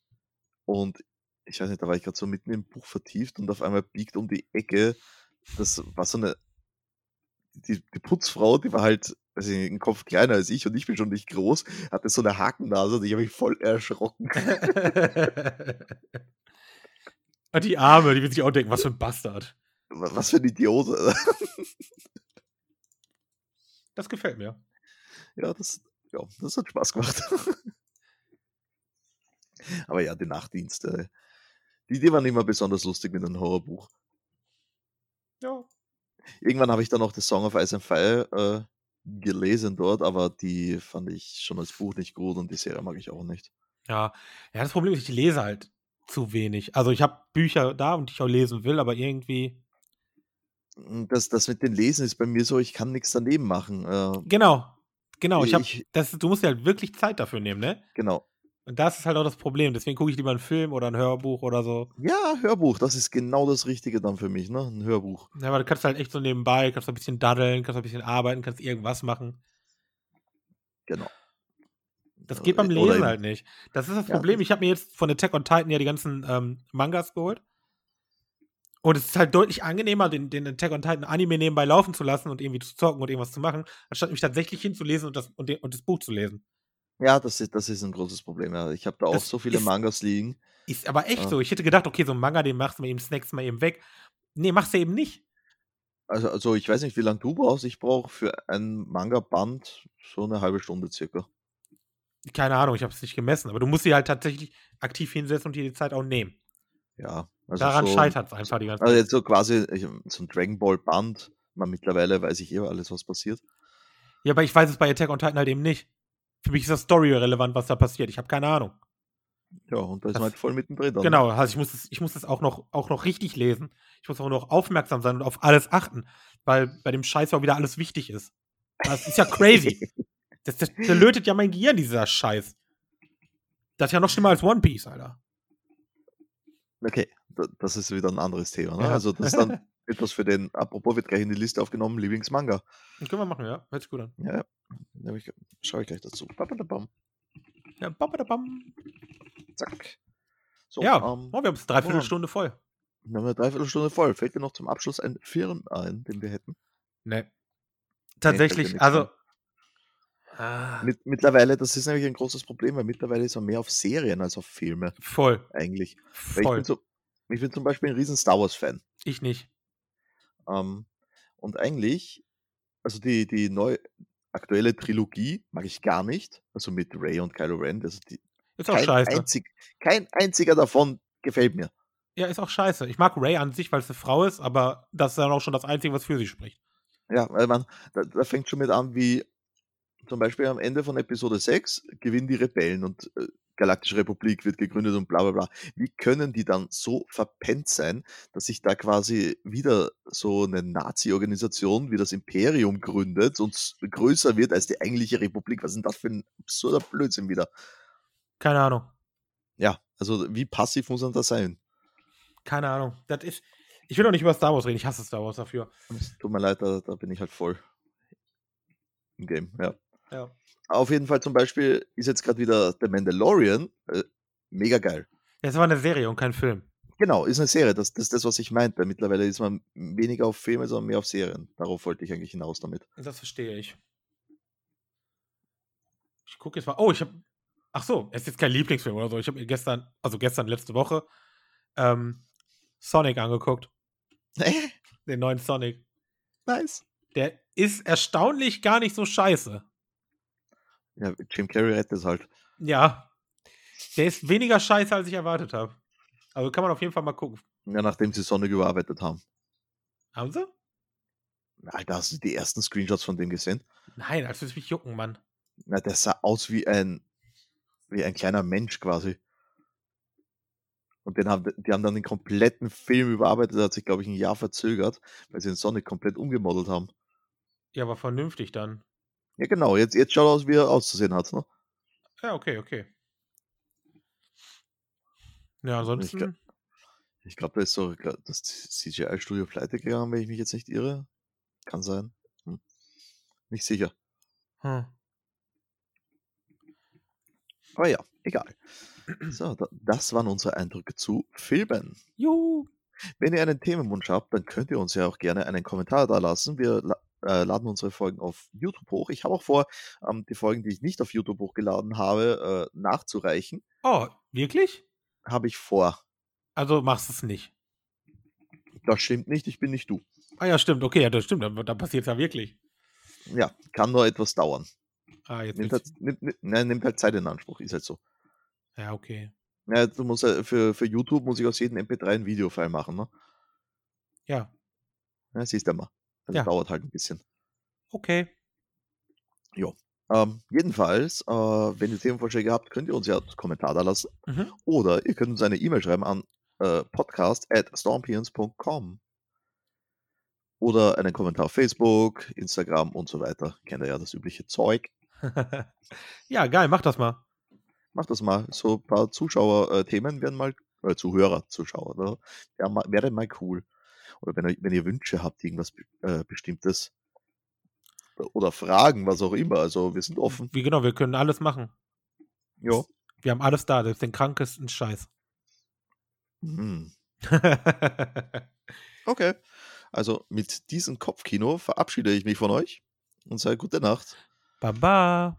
und ich weiß nicht, da war ich gerade so mitten im Buch vertieft und auf einmal biegt um die Ecke, das war so eine, die, die Putzfrau, die war halt, weiß ich nicht, einen Kopf kleiner als ich und ich bin schon nicht groß, hatte so eine Hakennase und ich habe mich voll erschrocken. Und Ah, die Arme, die wird sich auch denken, was für ein Bastard. Was für ein Idiot. Das gefällt mir. Ja, das, ja, das hat Spaß gemacht. Aber ja, die Nachtdienste, die, die waren immer besonders lustig mit einem Horrorbuch. Ja. Irgendwann habe ich dann auch The Song of Ice and Fire äh, gelesen dort, aber die fand ich schon als Buch nicht gut und die Serie mag ich auch nicht. Ja. Ja, das Problem ist, ich lese halt zu wenig. Also ich habe Bücher da und die ich auch lesen will, aber irgendwie. Hm, Das, das mit dem Lesen ist bei mir so, ich kann nichts daneben machen. Äh, Genau. Genau, ich habe Ich- das du musst dir halt wirklich Zeit dafür nehmen, ne? genau. Und das ist halt auch das Problem, deswegen gucke ich lieber einen Film oder ein Hörbuch oder so. Ja, Hörbuch, das ist genau das Richtige dann für mich, ne? Ein Hörbuch. Ja, aber du kannst halt echt so nebenbei, kannst ein bisschen daddeln, kannst ein bisschen arbeiten, kannst irgendwas machen. Genau. Äh, Das geht beim Oder Lesen eben- halt nicht. Das ist das Ja, Problem. Ich habe mir jetzt von Attack on Titan ja die ganzen ähm, Mangas geholt. Und es ist halt deutlich angenehmer, den, den Attack on Titan Anime nebenbei laufen zu lassen und irgendwie zu zocken und irgendwas zu machen, anstatt mich tatsächlich hinzulesen und das, und den, und das Buch zu lesen. Ja, das ist, das ist ein großes Problem. Ja. Ich habe da auch Das so viele ist- Mangas liegen. Ist aber echt Ah. so. Ich hätte gedacht, okay, so ein Manga, den machst du mal eben, snackst mal eben weg. Nee, machst du eben nicht. Also, also ich weiß nicht, wie lange du brauchst. Ich brauche für ein Manga-Band so eine halbe Stunde circa. Keine Ahnung, ich habe es nicht gemessen, aber du musst sie halt tatsächlich aktiv hinsetzen und dir die Zeit auch nehmen. Ja. Also Daran so, scheitert es einfach die ganze Also jetzt so quasi ich, so ein Dragon Ball Band. Man, mittlerweile weiß ich eh alles, was passiert. Ja, aber ich weiß es bei Attack on Titan halt eben nicht. Für mich ist das Story relevant, was da passiert. Ich habe keine Ahnung. Ja, und da ist Das- man halt voll mittendrin. Dann. Genau, also ich muss es, ich muss es auch noch, auch noch richtig lesen. Ich muss auch noch aufmerksam sein und auf alles achten, weil bei dem Scheiß ja auch wieder alles wichtig ist. Das ist ja crazy. Das das zerlötet ja mein Gehirn, dieser Scheiß. Das ist ja noch schlimmer als One Piece, Alter. Okay, da- das ist wieder ein anderes Thema. Ne? Ja. Also das ist dann etwas für den, apropos wird gleich in die Liste aufgenommen, Lieblingsmanga. Das können wir machen, ja. Hört sich gut an. Ja, ja. Nehm ich- Schau ich gleich dazu. Babadabam. Ja, bam, bam, bam. Zack. So, ja. ähm, oh, wir haben es dreiviertel Stunde voll. Dann haben wir dreiviertel Stunde voll. Fällt dir noch zum Abschluss ein Firmen ein, den wir hätten? Nee. Nee, Tatsächlich, fällt mir also. Ah, Mit, mittlerweile, das ist nämlich ein großes Problem, weil mittlerweile ist man mehr auf Serien als auf Filme voll. eigentlich. Weil ich, Voll. bin so, ich bin zum Beispiel ein riesen Star Wars-Fan. ich nicht. Ähm, und eigentlich, also die, die neu aktuelle Trilogie mag ich gar nicht. Also mit Ray und Kylo Ren. Also die, Ist auch kein, scheiße. einzig, kein einziger davon gefällt mir. Ja, ist auch scheiße. Ich mag Ray an sich, weil es eine Frau ist, aber das ist dann auch schon das Einzige, was für sie spricht. Ja, weil man, da, da fängt schon mit an, wie zum Beispiel am Ende von Episode 6 gewinnen die Rebellen und äh, Galaktische Republik wird gegründet und bla bla bla. Wie können die dann so verpennt sein, dass sich da quasi wieder so eine Nazi-Organisation wie das Imperium gründet und s- größer wird als die eigentliche Republik? Was ist denn das für ein absurder Blödsinn wieder? Keine Ahnung. Ja, also wie passiv muss man da sein? Keine Ahnung. Das ist. Ich will doch nicht über Star Wars reden. Ich hasse Star Wars dafür. Es Tut mir leid, da, da bin ich halt voll im Game, ja. Ja. Auf jeden Fall zum Beispiel ist jetzt gerade wieder The Mandalorian. Äh, mega geil. Das war eine Serie und kein Film. Genau, ist eine Serie. Das, das ist das, was ich meinte. Mittlerweile ist man weniger auf Filme, sondern mehr auf Serien. Darauf wollte ich eigentlich hinaus damit. Das verstehe ich. Ich gucke jetzt mal. Oh, ich habe. Ach so, es ist jetzt kein Lieblingsfilm oder so. Ich habe mir gestern, also gestern letzte Woche, ähm, Sonic angeguckt. Den neuen Sonic. nice. Der ist erstaunlich gar nicht so scheiße. Ja, Jim Carrey rettet es halt. Ja. Der ist weniger scheiße, als ich erwartet habe. Also kann man auf jeden Fall mal gucken. Ja, nachdem sie Sonic überarbeitet haben. Haben sie? Alter, hast du die ersten Screenshots von dem gesehen? Nein, als würde es mich jucken, Mann. Na, der sah aus wie ein, wie ein kleiner Mensch quasi. Und den haben, die haben dann den kompletten Film überarbeitet. Der hat sich, glaube ich, ein Jahr verzögert, weil sie den Sonic komplett umgemodelt haben. Ja, aber vernünftig dann. Ja, genau. Jetzt, jetzt schaut er aus, wie er auszusehen hat. Ne? Ja, okay, okay. Ja, Ich glaub- ansonsten. Ich glaube, da ist so das CGI-Studio pleite gegangen, wenn ich mich jetzt nicht irre. Kann sein. Hm. Nicht sicher. Hm. Aber ja, egal. So, da, das waren unsere Eindrücke zu Filmen. Juhu. Wenn ihr einen Themenwunsch habt, dann könnt ihr uns ja auch gerne einen Kommentar da lassen. Wir la- äh, laden unsere Folgen auf YouTube hoch. Ich habe auch vor, ähm, die Folgen, die ich nicht auf YouTube hochgeladen habe, äh, nachzureichen. Oh, wirklich? Habe ich vor. Also machst es nicht. Das stimmt nicht, ich bin nicht du. Ah ja, stimmt. Okay, ja, das stimmt. Dann, dann passiert es ja wirklich. Ja, kann nur etwas dauern. Ah, jetzt Nimmt wird's- halt, nimmt, nimmt, nein, nimmt halt Zeit in Anspruch, ist halt so. Ja, okay. Ja, du musst halt- für, für YouTube muss ich aus jedem MP3 ein Videofile machen, ne? Ja, Ja, siehst du mal. Also Ja. dauert halt ein bisschen. okay. Ähm, jedenfalls, äh, wenn ihr Themenvorschläge habt, könnt ihr uns ja einen Kommentar da lassen. Mhm. Oder ihr könnt uns eine E-Mail schreiben an äh, podcast Oder einen Kommentar auf Facebook, Instagram und so weiter. Kennt ihr ja das übliche Zeug. ja, geil, mach das mal. Macht das mal. So ein paar Zuschauer-Themen wären mal, äh, Zuhörer, Zuschauer, ne? Wär mal- wäre mal cool. Oder wenn ihr, wenn ihr Wünsche habt, irgendwas be- äh, Bestimmtes. äh, Oder Fragen, was auch immer. Also wir sind offen. Wie genau, wir können alles machen. Ja. Wir haben alles da, selbst den krankesten Scheiß. Mhm. Okay. Also mit diesem Kopfkino verabschiede ich mich von euch und sage gute Nacht. Baba.